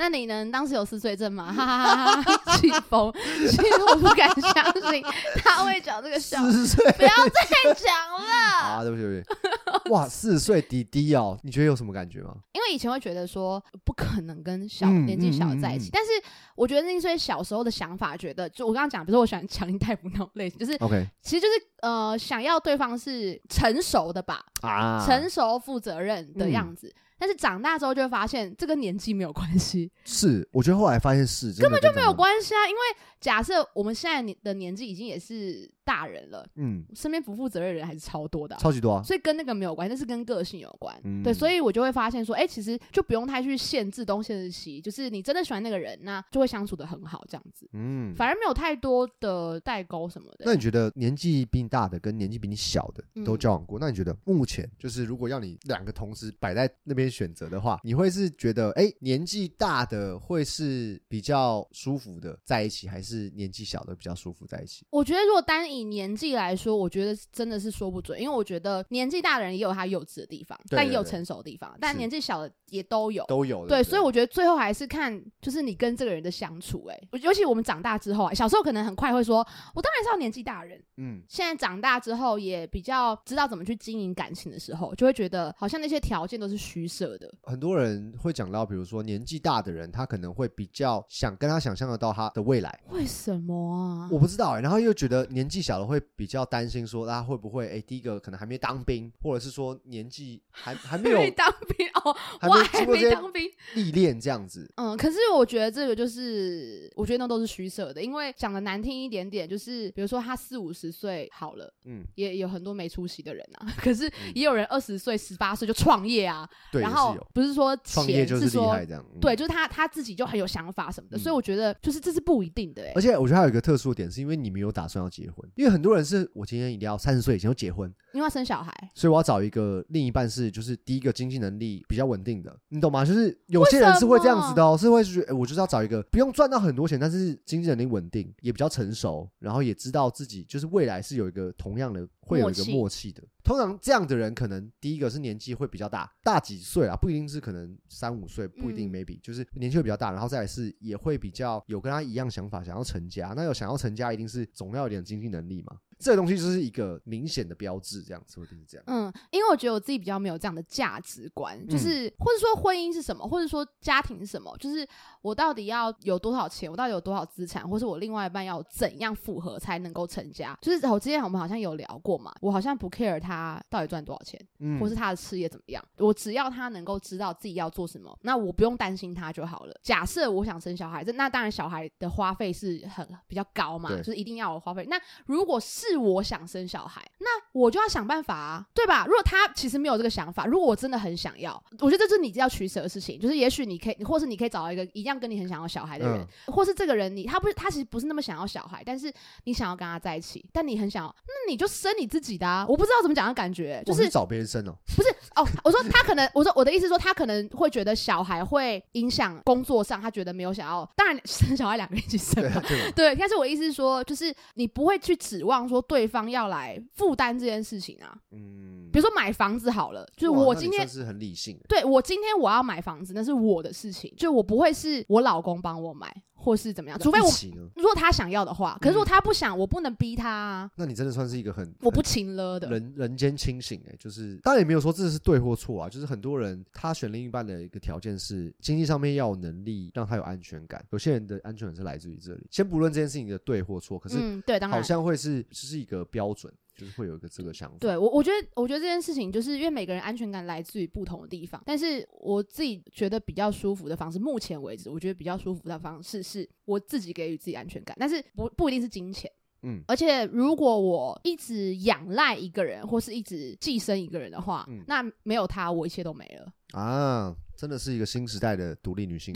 那你呢？你当时有四岁症吗？哈哈哈哈哈！气疯，其实我不敢相信他会讲这个笑，
四
[LAUGHS]
岁
不要再讲了。
啊，对不起对不
[LAUGHS]
起。哇，四岁弟弟哦，你觉得有什么感觉吗？
因为以前会觉得说不可能跟小、
嗯
年纪小的在一
嗯
起，
嗯嗯
但是我觉得那些小时候的想法，觉得就我刚刚讲，比如说我喜欢强尼戴普那种类型，就是
OK
其实就是呃想要对方是成熟的吧，
啊，嗯
成熟负责任的样子。但是长大之后就会发现，这跟年纪没有关
[LAUGHS]
系，
是，我觉得后来发现是根本就
没有，关系啊。因为假设我们现在年的年纪已经也是大人了，
嗯，
身边不负责任的人还是超多的啊、
超级多啊，
所以跟那个没有关系，但是跟个性有关。
嗯
对，所以我就会发现说，哎、其实就不用太去限制东限制西，就是你真的喜欢那个人，那就会相处的很好，这样子，
嗯。
反而没有太多的代沟什么的。
那你觉得年纪比你大的跟年纪比你小的都
嗯
交往过？那你觉得目前就是如果要你两个同时摆在那边选择的话，你会是觉得哎、诶年纪大的会是比较舒服的在一起，还是年纪小的比较舒服在一起？
我觉得如果单以年纪来说，我觉得真的是说不准，因为我觉得年纪大的人也有他幼稚的地方，
对
但
对
也有
对
成熟的地方，但年纪小的也都有。
都有
对，
不
所以我觉得最后还是看，就是你跟这个人的相处、欸。哎，尤其我们长大之后啊，小时候可能很快会说，我当然是要年纪大的人，
嗯
现在长大之后，也比较知道怎么去经营感情的时候，就会觉得好像那些条件都是虚设的。
很多人会讲到，比如说年纪大的人，他可能会比较想跟他想象得到他的未来。
为什么啊？
我不知道、欸，然后又觉得年纪小的会比较担心，说他会不会哎、欸第一个可能还没当兵，或者是说年纪
[LAUGHS]
还还没有
没当兵哦，
还
我
没
还
经过
没
这些
当兵。
历练这样子。
嗯，可是我觉得这个就是，我觉得那都是虚设的，因为讲的难听一点点，就是比如说他四五十岁好了，
嗯，
[LAUGHS] 也有很多没出息的人啊，可是也有人二十岁、十八岁就创业啊，
对，
然
也
后
是有
不是说
创业
钱
就是厉
说
害这样。嗯
对，就是他他自己就很有想法什么的，所以
嗯
我觉得就是这是不一定的哎、
而且我觉得还有一个特殊的点，是因为你没有打算要结婚，因为很多人是我今天一定要三十岁以前就结婚，
因为要生小孩，
所以我要找一个另一半是就是第一个经济能力比较稳定的，你懂吗？就是有些人是会这样子的哦，是会觉得、诶我就是要找一个不用赚到很多钱，但是经济能力稳定，也比较成熟，然后也知道自己就是未来是有一个同样的会有一个
默契
默契的。通常这样的人，可能第一个是年纪会比较大，大几岁啊，不一定是可能三五岁，不一定
嗯
maybe 就是年纪会比较大，然后再来是也会比较有跟他一样想法，想要成家。那有想要成家，一定是总要有点经济能力嘛。这个东西就是一个明显的标志，这样说不定是这样。
嗯，因为我觉得我自己比较没有这样的价值观，就
嗯
是、或者说婚姻是什么，或者说家庭是什么，就是我到底要有多少钱，我到底有多少资产，或是我另外一半要怎样符合才能够成家。就是我之前我们好像有聊过嘛，我好像不 care 他到底赚多少钱，
嗯
或是他的事业怎么样，我只要他能够知道自己要做什么，那我不用担心他就好了。假设我想生小孩，这那当然小孩的花费是很比较高嘛，
对
就是一定要有花费。那如果是我想生小孩，那我就要想办法啊，对吧？如果他其实没有这个想法，如果我真的很想要，我觉得这是你要取舍的事情，就是也许你可以，或是你可以找到一个一样跟你很想要小孩的
嗯
人，或是这个人你他不是他其实不是那么想要小孩，但是你想要跟他在一起，但你很想要，那你就生你自己的啊。我不知道怎么讲的感觉，就
哇
是
找别人生
[LAUGHS]
哦，
不是哦，我说他可能，我说我的意思是说，他可能会觉得小孩会影响工作上，他觉得没有想要，当然生小孩两个人一起生
对
嘛
啊，，对吧？
对。但是我意思是说，就是你不会去指望说对方要来负担这件事情啊。
嗯
比如说买房子好了，就是
哇
我
那
今
你
天
算是很理性，欸
对我今天我要买房子，那是我的事情，就我不会是我老公帮我买或是怎么呃样，除非
那
我
一起嗯呢，
如果他想要的话，可是如果他不想，我不能逼他啊，
那你真的算是一个很
我不情了
很
的。
人人间清醒哎、就是当然也没有说这是对或错啊，就是很多人他选另一半的一个条件是经济上面要有能力让他有安全感，有些人的安全感是来自于这里。先不论这件事情的对或错，可是
嗯，对，当然
好。像会是就是一个标准，就是会有一个这个想法。
对我，我觉得，我觉得这件事情就是因为每个人安全感来自于不同的地方，但是我自己觉得比较舒服的方式，目前为止，我觉得比较舒服的方式是我自己给予自己安全感，但是不不一定是金钱。
嗯
而且如果我一直仰赖一个人，或是一直寄生一个人的话，
嗯
那没有他，我一切都没了。
啊，真的是一个新时代的独立
[LAUGHS]
女性。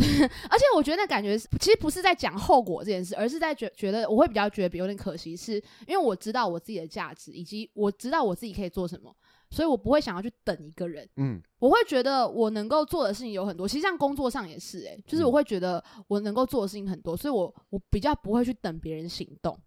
而且我觉得那感觉是其实不是在讲后果这件事，而是在觉觉得我会比较觉得有点可惜是，因为我知道我自己的价值，以及我知道我自己可以做什么，所以我不会想要去等一个人。
嗯，
我会觉得我能够做的事情有很多，其实像工作上也是、欸，
嗯
就是我会觉得我能够做的事情很多，所以我我比较不会去等别人行动。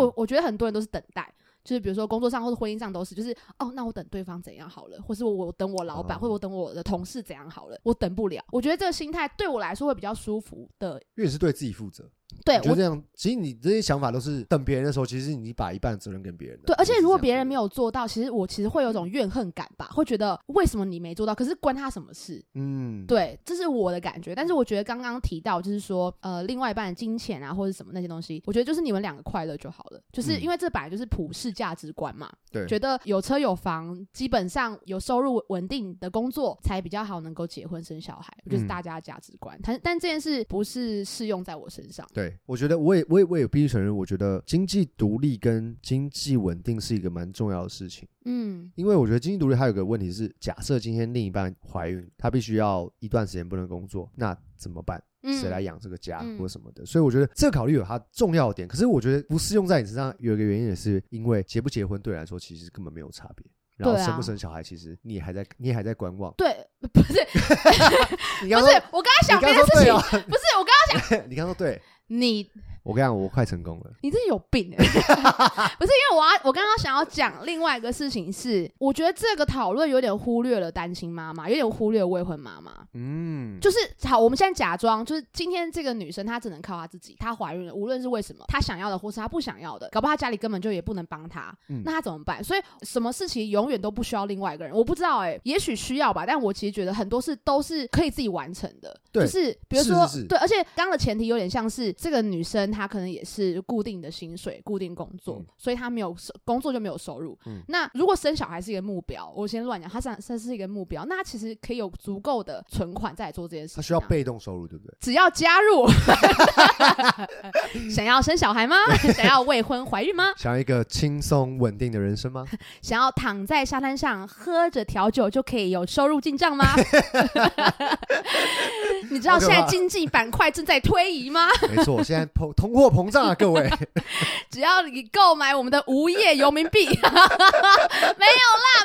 嗯
我我觉得很多人都是等待，就是比如说工作上或者婚姻上都是，就是哦，那我等对方怎样好了，或是我我等我老板，
哦
或者我等我的同事怎样好了，我等不了。我觉得这个心态对我来说会比较舒服的。
越是对自己负责。
对
我觉
我
得这样，其实你这些想法都是等别人的时候，其实你把一半的责任跟别人了。
对，而且如果别人没
有，
有做到，其实我其实会有
嗯
种怨恨感吧，会觉得为什么你没做到？可是关他什么事？
嗯，
对，这是我的感觉。但是我觉得刚刚提到，就是说，呃，另外一半的金钱啊，或者什么那些东西，我觉得就是你们两个快乐就好了。就是
嗯
因为这本来就是普世价值观嘛，
对
觉得有车有房，基本上有收入稳定的工作才比较好能够结婚生小孩，我觉得是
嗯
大家的价值观。但但这件事不是适用在我身上。
对，我觉得我也我也我也必须承认，我觉得经济独立跟经济稳定是一个蛮重要的事情。
嗯，
因为我觉得经济独立还有个问题是，假设今天另一半怀孕，她必须要一段时间不能工作，那怎么办？
嗯
谁来养这个家
嗯
或什么的？所以我觉得这个考虑有它重要的点，可是我觉得不适用在你身上有一个原因，也是因为结不结婚对你来说其实根本没有差别。然后
对啊
生不生小孩，其实你也还在，你也还在观望。
对， [LAUGHS] 不是，
你
不
刚
是
说，，
我刚刚想
你刚
别
说
的事
对
情，
哦， [LAUGHS]
不是我刚刚
你刚说对，
你
我跟你讲，我快成功了。
你真是有病、欸！ [LAUGHS] 不是因为我要，我刚刚想要讲另外一个事情是，我觉得这个讨论有点忽略了单亲妈妈，有点忽略未婚妈妈。
嗯，
就是好，我们现在假装，就是今天这个女生她只能靠她自己，她怀孕了，无论是为什么，她想要的或是她不想要的，搞不好她家里根本就也不能帮她，
嗯
那她怎么办？所以什么事情永远都不需要另外一个人，我不知道哎、也许需要吧，但我其实觉得很多事都是可以自己完成的，
对
就是比如说
是是是
对，而且刚刚的前提有点像是这个女生他可能也是固定的薪水、固定工作，
嗯
所以他没有收工作就没有收入。
嗯
那如果生小孩是一个目标，我先乱讲，他算算是一个目标，那他其实可以有足够的存款再来做这件事情啊。
他需要被动收入，对不对？
只要
[LAUGHS]
加入， [LAUGHS] 想要生小孩吗？想要未婚怀孕吗？
想要一个轻松稳定的人生吗？
想要躺在沙滩上喝着调酒就可以有收入进
[LAUGHS]
账吗？你知道现在经济板块正在推移吗？
没错，现在 [LAUGHS] 通通货膨胀啊，各位，
只要你购买我们的无业游民币，没有 [LAUGHS] 啦，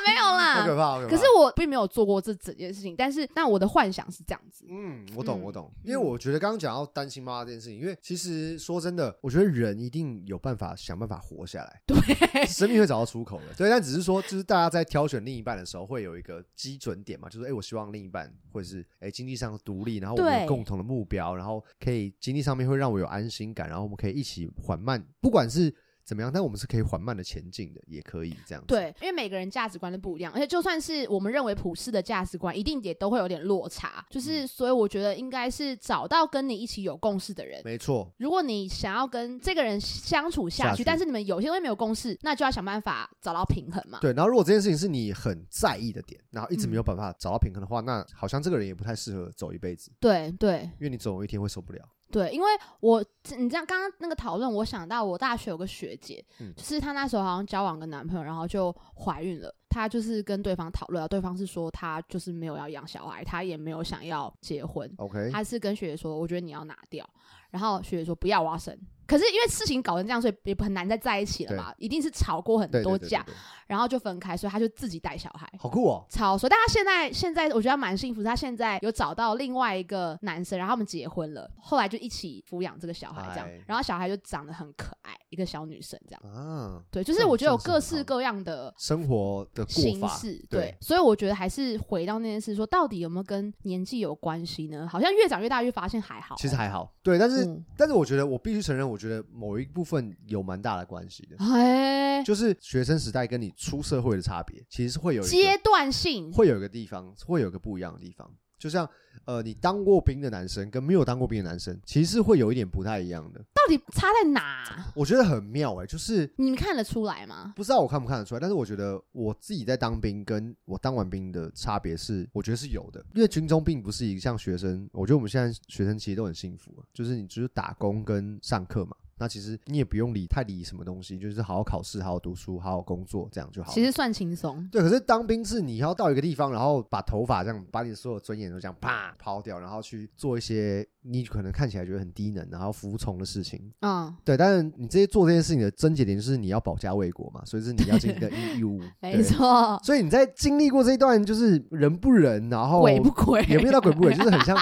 没有
好可
啦。
怕，好可怕。
可是我并没有做过这整件事情，但是那我的幻想是这样子，
嗯，我懂，我
嗯
懂，因为我觉得刚刚讲到担心妈妈这件事情，因为其实说真的，我觉得人一定有办法想办法活下来，对，生命会找到出口的，对，但只是说，就是大家在挑选另一半的时候，会有一个基准点嘛，就是哎、我希望另一半会是哎、经济上独立，然后我们
对
有共同的目标，然后可以经济上面会让我有安心感，然后我们可以一起缓慢，不管是怎么样，但我们是可以缓慢的前进的，也可以这样子，
对，因为每个人价值观都不一样，而且就算是我们认为普世的价值观，一定也都会有点落差。就是，所以我觉得应该是找到跟你一起有共识的人。
没错，
如果你想要跟这个人相处下去，
下去
但是你们有些东西没有共识，那就要想办法找到平衡嘛。
对，然后如果这件事情是你很在意的点，然后一直没
嗯
有办法找到平衡的话，那好像这个人也不太适合走一辈子，
对对
因为你总有一天会受不了。
对，因为我你这样刚刚那个讨论，我想到我大学有个学姐，
嗯
就是她那时候好像交往个男朋友，然后就怀孕了。她就是跟对方讨论，然啊后对方是说她就是没有要养小孩，她也没有想要结婚，
OK，
她是跟学姐说，我觉得你要拿掉，然后学姐说不要，我要生。可是因为事情搞成这样，所以也很难再在一起了嘛，一定是吵过很
对
多
对对
架
对，对，
然后就分开，所以她就自己带小孩。
好酷哦！
超所以但她现在现在我觉得她蛮幸福，她现在有找到另外一个男生，然后他们结婚了，后来就一起抚养这个小孩这样
哎，
然后小孩就长得很可爱，一个小女生这样。
啊，
对，就是
这样
我觉得有
这样是
各
很
式
好
各样的
生活的过
形
哦法，
式，
对
对，所以我觉得还是回到那件事，说到底有没有跟年纪有关系呢？好像越长越大，越发现还好哦，
其实还好。对，但是、
嗯
但是我觉得我必须承认，我觉得某一部分有蛮大的关系的，
哎，
就是学生时代跟你出社会的差别，其实是会有一
阶
个
段性，
会有一个地方，会有一个不一样的地方。就像呃，你当过兵的男生跟没有当过兵的男生，其实是会有一点不太一样的。
到底差在哪？
我觉得很妙哎、就是
你们看得出来吗？
不知道我看不看得出来，但是我觉得我自己在当兵跟我当完兵的差别是，我觉得是有的。因为军中并不是一个像学生，我觉得我们现在学生其实都很幸福、啊，就是你只是打工跟上课嘛。那其实你也不用理太理什么东西，就是好好考试，好好读书，好好工作，这样就好了。
其实算轻松，
对，可是当兵是你要到一个地方，然后把头发这样，把你所有尊严都这样啪抛掉，然后去做一些你可能看起来觉得很低能，然后服从的事情。
嗯，
对，但是你这些做这件事情的症结点就是你要保家卫国嘛，所以是你要尽你的义义务。
[LAUGHS] 没
对。
错，
所以你在经历过这一段就是人不人，然后
鬼不鬼？
哦
[LAUGHS]
也没有到鬼不鬼，就是很像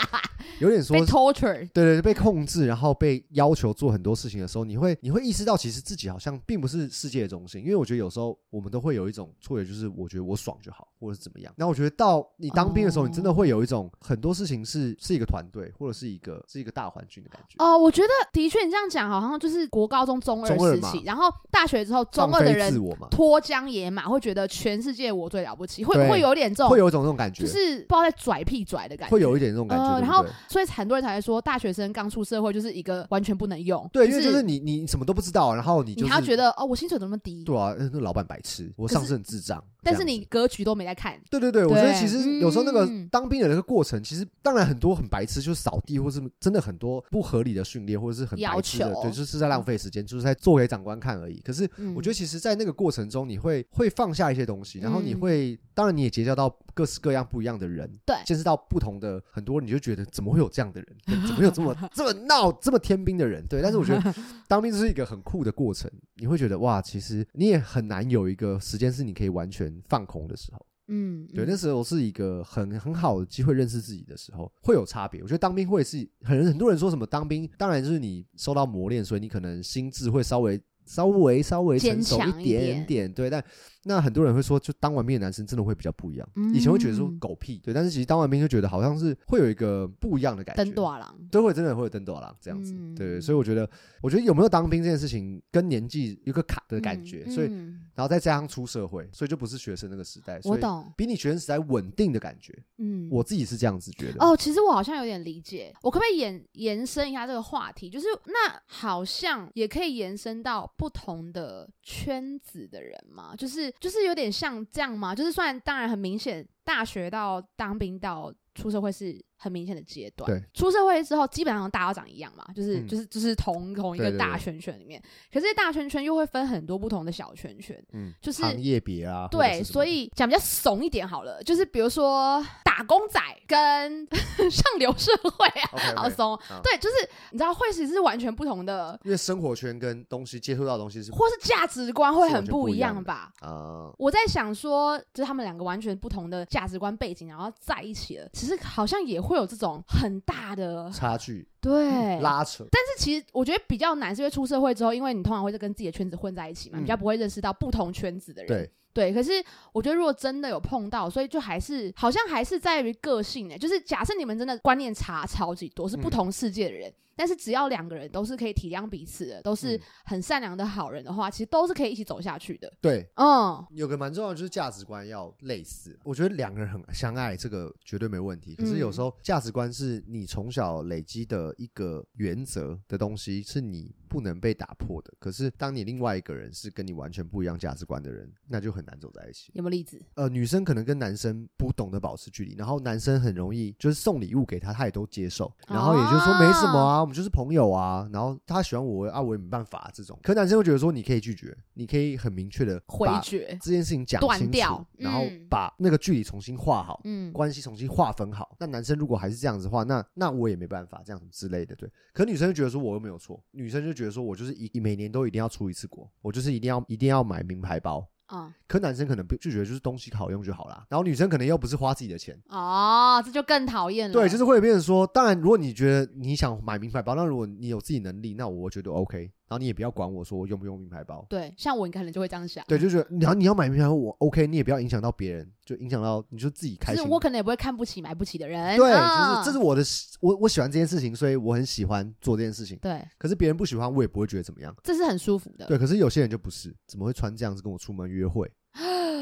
有点说
被 torture，
对对对被控制，然后被要求做很多事情的时候，你会你会意识到其实自己好像并不是世界的中心，因为我觉得有时候我们都会有一种错觉，就是我觉得我爽就好，或者是怎么样。那我觉得到你当兵的时候，
哦
你真的会有一种很多事情是是一个团队，或者是一个是一个大环境的感觉。
哦，我觉得的确，你这样讲好像就是国高中中二
中二
时
嘛
期，然后大学之后
放
中二
飞
的
自
人
我嘛，
脱缰野马，会觉得全世界我最了不起，会
对
会有点这种
会，有一种那种感觉，
就是不知道在拽屁拽的感觉，
会有一点那种感觉。
呃
对不
然后
对
所以很多人才会说大学生刚出社会就是一个完全不能用，
对，因
就
为就是你你什么都不知道，然后你
你
就是
还要觉得哦，我薪水怎么那么低？
对啊，呃那老板白痴，我上司很智障。
但
这
是
样子
你格局都没在看，
对对对，我觉得
对
其实有时候那个
嗯
当兵的那个过程，其实当然很多很白痴，就是扫地，或是真的很多不合理的训练，或者是很白痴的
要，求
对，就是在浪费时间，就是在做给长官看而已。可是
嗯
我觉得其实，在那个过程中，你会会放下一些东西，然后你会，当然你也结交到各式各样不一样的人，
嗯对
见识到不同的很多，你就觉得怎么会有这样的人，对怎么会有这
[LAUGHS]
么这么闹这么天兵的人？对，但是我觉得当兵就是一个很酷的过程，你会觉得哇，其实你也很难有一个时间是你可以完全放空的时候。
嗯，
对，
嗯
那时候是一个很很好的机会认识自己的时候，会有差别。我觉得当兵会是很很多人说什么当兵，当然就是你受到磨练，所以你可能心智会稍微稍微稍微
坚
成熟
强一
点
点
点，对。但那很多人会说，就当完兵的男生真的会比较不一样。以前会觉得说
嗯
狗屁，对，但是其实当完兵就觉得好像是会有一个不一样的感
登
觉。
短郎，
都会真的会有登短啦，这样子，
嗯
对，所以我觉得，我觉得有没有当兵这件事情跟年纪有个卡的感觉，
嗯
所以
嗯
然后再加上出社会，所以就不是学生那个时代，
我
所以
懂，
比你学生时代稳定的感觉，
嗯，
我自己是这样子觉得。
哦，其实我好像有点理解，我可不可以延延伸一下这个话题？就是那好像也可以延伸到不同的圈子的人嘛，就是就是有点像这样嘛，就是虽然当然很明显，大学到当兵到。出社会是很明显的阶段，
对，
出社会之后基本上大家都长一样嘛，就是、
嗯
就是就是同同一
对
个
对
大
对
圈圈里面，可是大圈圈又会分很多不同的小圈圈，
嗯，
就是
行业别啊，或者是
对，
什么
所以讲比较怂一点好了，就是比如说打工仔跟 [LAUGHS] 上流社会啊，
OK，OK
[LAUGHS] 好怂哦。
好
对，就是你知道，会其实是完全不同的，
因为生活圈跟东西接触到的东西是
或是价值观会很不
是完全不
一
一样的
样吧。
啊，
我在想说，就是他们两个完全不同的价值观背景，然后在一起了，其实好像也会有这种很大的
差距
对。
嗯拉扯，
但是其实我觉得比较难是因为出社会之后，因为你通常会跟自己的圈子混在一起嘛，
嗯
比较不会认识到不同圈子的人。
对，
对，可是我觉得如果真的有碰到，所以就还是好像还是在于个性呢、欸就是假设你们真的观念差超级多，是不
嗯
同世界的人，但是只要两个人都是可以体谅彼此的，都是
嗯
很善良的好人的话，其实都是可以一起走下去的。
对，
嗯
有个蛮重要的就是价值观要类似。我觉得两个人很相爱，这个绝对没问题。可
嗯
是有时候价值观是你从小累积的一个原则的东西，是你不能被打破的。可是当你另外一个人是跟你完全不一样价值观的人，那就很难走在一起。
有没有例子？
呃，女生可能跟男生不懂得保持距离，然后男生很容易就是送礼物给他，他也都接受，然后也就说没什么
哦
啊，我们就是朋友啊，然后他喜欢我啊，我也没办法、这种。可男生会觉得说，你可以拒绝，你可以很明确的
回绝，
这件事情讲
断
清楚
掉，
然后
嗯
把那个距离重新画好，
嗯，
关系重新划分好。那男生如果还是这样子的话，那那我也没办法，这样之类的，对。可女生就觉得说我又没有错，女生就觉得说我就是一每年都一定要出一次国，我就是一定要一定要买名牌包。
啊、
可男生可能不就觉得就是东西好用就好啦，然后女生可能又不是花自己的钱。
哦，这就更讨厌了。
对，就是会变成说，当然，如果你觉得你想买名牌包，那如果你有自己能力，那我觉得 OK，然后你也不要管我说我用不用名牌包，
对，像我可能就会这样想。
对，就觉得然后你要买名牌，我 OK，你也不要影响到别人，就影响到你就自己开
就是
心。
我可能也不会看不起买不起的人，
对，就
嗯
是这是我的喜，我我喜欢这件事情，所以我很喜欢做这件事情。
对，
可是别人不喜欢，我也不会觉得怎么样。
这是很舒服的。
对，可是有些人就不是，怎么会穿这样子跟我出门约
[GASPS]
会？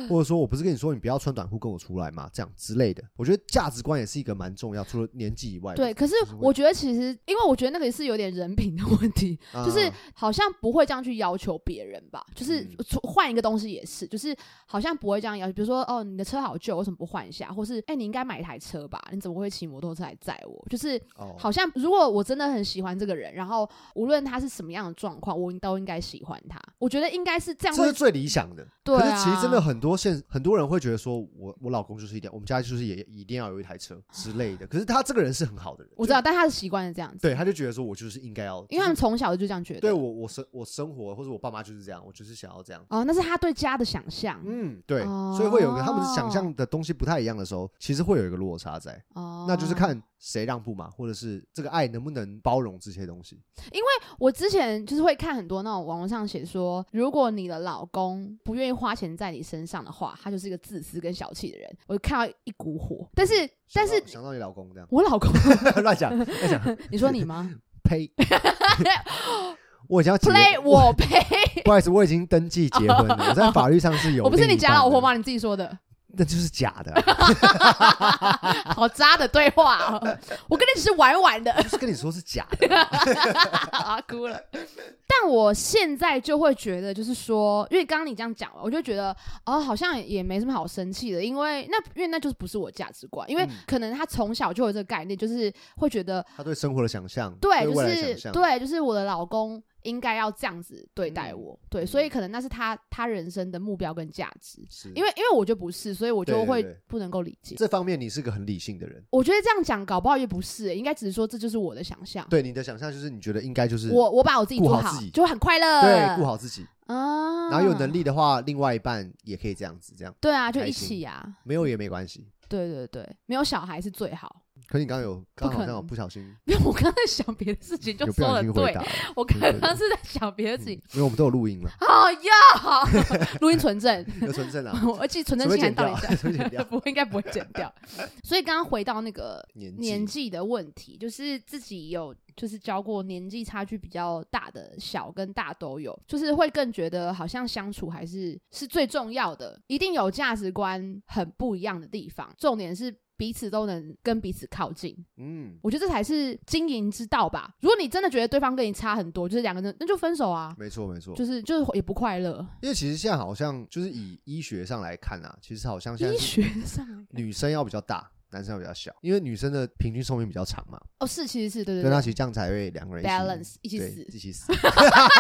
或者说我不是跟你说你不要穿短裤跟我出来嘛，这样之类的。我觉得价值观也是一个蛮重要，除了年纪以外的。
对，可是
会
我觉得其实，因为我觉得那个是有点人品的问题，
啊，
就是好像不会这样去要求别人吧，就是
嗯
出换一个东西也是，就是好像不会这样要求，比如说哦，你的车好旧，为什么不换一下？或是哎、你应该买一台车吧，你怎么会骑摩托车来载我？就是
哦
好像如果我真的很喜欢这个人，然后无论他是什么样的状况，我都应该喜欢他。我觉得应该是这样
这
会
是最理想的。
对
可是其实真的
啊
很多现很多人会觉得说我我老公就是一定要我们家就是也一定要有一台车之类的。可是他这个人是很好的人，
[LAUGHS] 我
就
知道，但他是习惯是这样子，
对，他就觉得说我就是应该要，
因为他
就
们
是
从小就这样觉得。
对我我生我生活或者我爸妈就是这样，我就是想要这样。
哦，那是他对家的想象。
嗯，对，
哦
所以会有一个他们想象的东西不太一样的时候，其实会有一个落差在，
哦，
那就是看谁让步嘛，或者是这个爱能不能包容这些东西。
我之前就是会看很多那种网络上写说，如果你的老公不愿意花钱在你身上的话，他就是一个自私跟小气的人。我就看到一股火，但是但是
想到想到你老公这样 [LAUGHS]
我老 [LAUGHS] 公，
乱讲乱
[LAUGHS]
讲，
你说你吗
呸！ [LAUGHS] 我已经要结
？Play 我呸，
不好意思，我已经登记结婚了，我在法律上是有。
我不是你假老婆？吗？你自己说的，
那就是假的啊，
好渣的对话、哦， [LAUGHS] 我跟你只是玩玩的。
就是跟你说是假的。
啊，哭了。 [LAUGHS] 但我现在就会觉得，就是说，因为刚刚你这样讲嘛，我就觉得哦，好像也没什么好生气的，因为那因为那就是不是我价值观，因为
嗯
可能他从小就有这个概念，就是会觉得
啊他对生活的想象，
[LAUGHS] 对，
未来的
就
想
是
象，
对，就是我的老公应该要这样子对待
嗯
我，对，所以可能那是他他人生的目标跟价值。
是
因为因为我就不是，所以我
对
就
对
会
对
不能够理解。
这方面你是个很理性的人，
我觉得这样讲搞不好也不是、欸应该只是说这就是我的想象。
对你的想象就是你觉得应该就是
我我把我自己
顾
做
好
好
自己，
就很快乐。
对顾好自己，
啊，
然后有能力的话，另外一半也可以这样子，这样
对啊，就
开
一
心
起呀、啊。
没有也没关系。
对对对，没有小孩是最好。 [LAUGHS]
可你刚刚有刚
不
好
可
像有
能
不小心
因为我刚才想别的事情，就
有不
说
小
了
心回
对
答，
[LAUGHS]
了，
我刚刚是在想别的事
嗯
情。
因为我们都有录音
[LAUGHS]
了，
好呀，录音存证，
有存证啊，
我记得存
除
证
非剪
信函到
掉
底，
除非剪
在， [LAUGHS]
掉
不会应该不会剪
[LAUGHS]
掉。所以刚刚回到那个
年
年
纪
纪的问题，就是自己有就是教过年纪差距比较大的小跟大都有，就是会更觉得好像相处还是是最重要的，一定有价值观很不一样的地方，重点是。彼此都能跟彼此靠近，
嗯，
我觉得这才是经营之道吧。如果你真的觉得对方跟你差很多，就是两个人，那就分手啊，
没错没错，
就是就是也不快乐。
因为其实现在好像就是以医学上来看啊，其实好像现在
医
是
学上来
女生要比较大，男生要比较小，因为女生的平均寿命比较长嘛，
哦，是其实是对对
对，
对
那其实这样才会两个人一起
，balance 一起
对
死，
一起死。
[LAUGHS]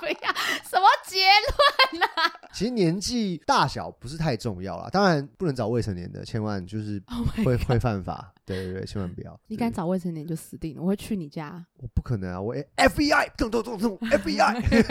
不要什么结论？
其实年纪大小不是太重要啦，当然不能找未成年的，千万就是
Oh
[LAUGHS]
my
会会犯法，对对对，千万不要。
你敢
对？
找未成年就死定了，我会去你家
我不可能啊！我 FBI 咚咚咚咚
[LAUGHS]
FBI，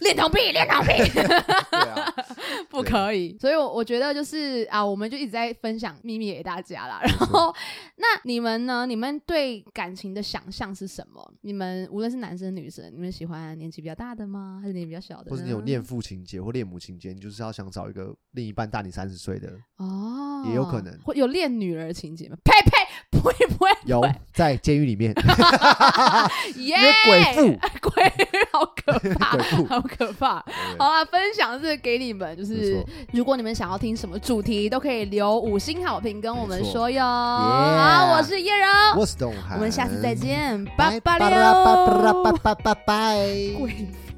恋童癖，恋童癖
对啊，
[LAUGHS] 不可以。所以我，我觉得就是啊，我们就一直在分享秘密给大家啦。然
错
后，那你们呢？你们对感情的想象是什么？你们无论是男生女生，你们喜欢年纪比较大的吗？还是年纪比较小的呢？
或是你有恋父情节或恋母情节，你就是要想找一个另一半大你三十岁
[LAUGHS]
的，
哦，
也有可能
会有恋女儿情节吗？呸呸，不会不会，
有在监狱里
[LAUGHS]
面
耶
因为鬼
[LAUGHS]
父
鬼好可
[LAUGHS]
怕
鬼，父，
好可怕。好啊，分享这个给你们，就
对
是
没错
如果你们想要听什么主题，都可以留五星好评跟我们说哟。
Yeah
好，我是叶柔，
我是董涵，
我们下次再，见，
拜
拜拜
拜拜
[LAUGHS] 喽。
拜拜拜拜。
贵妇。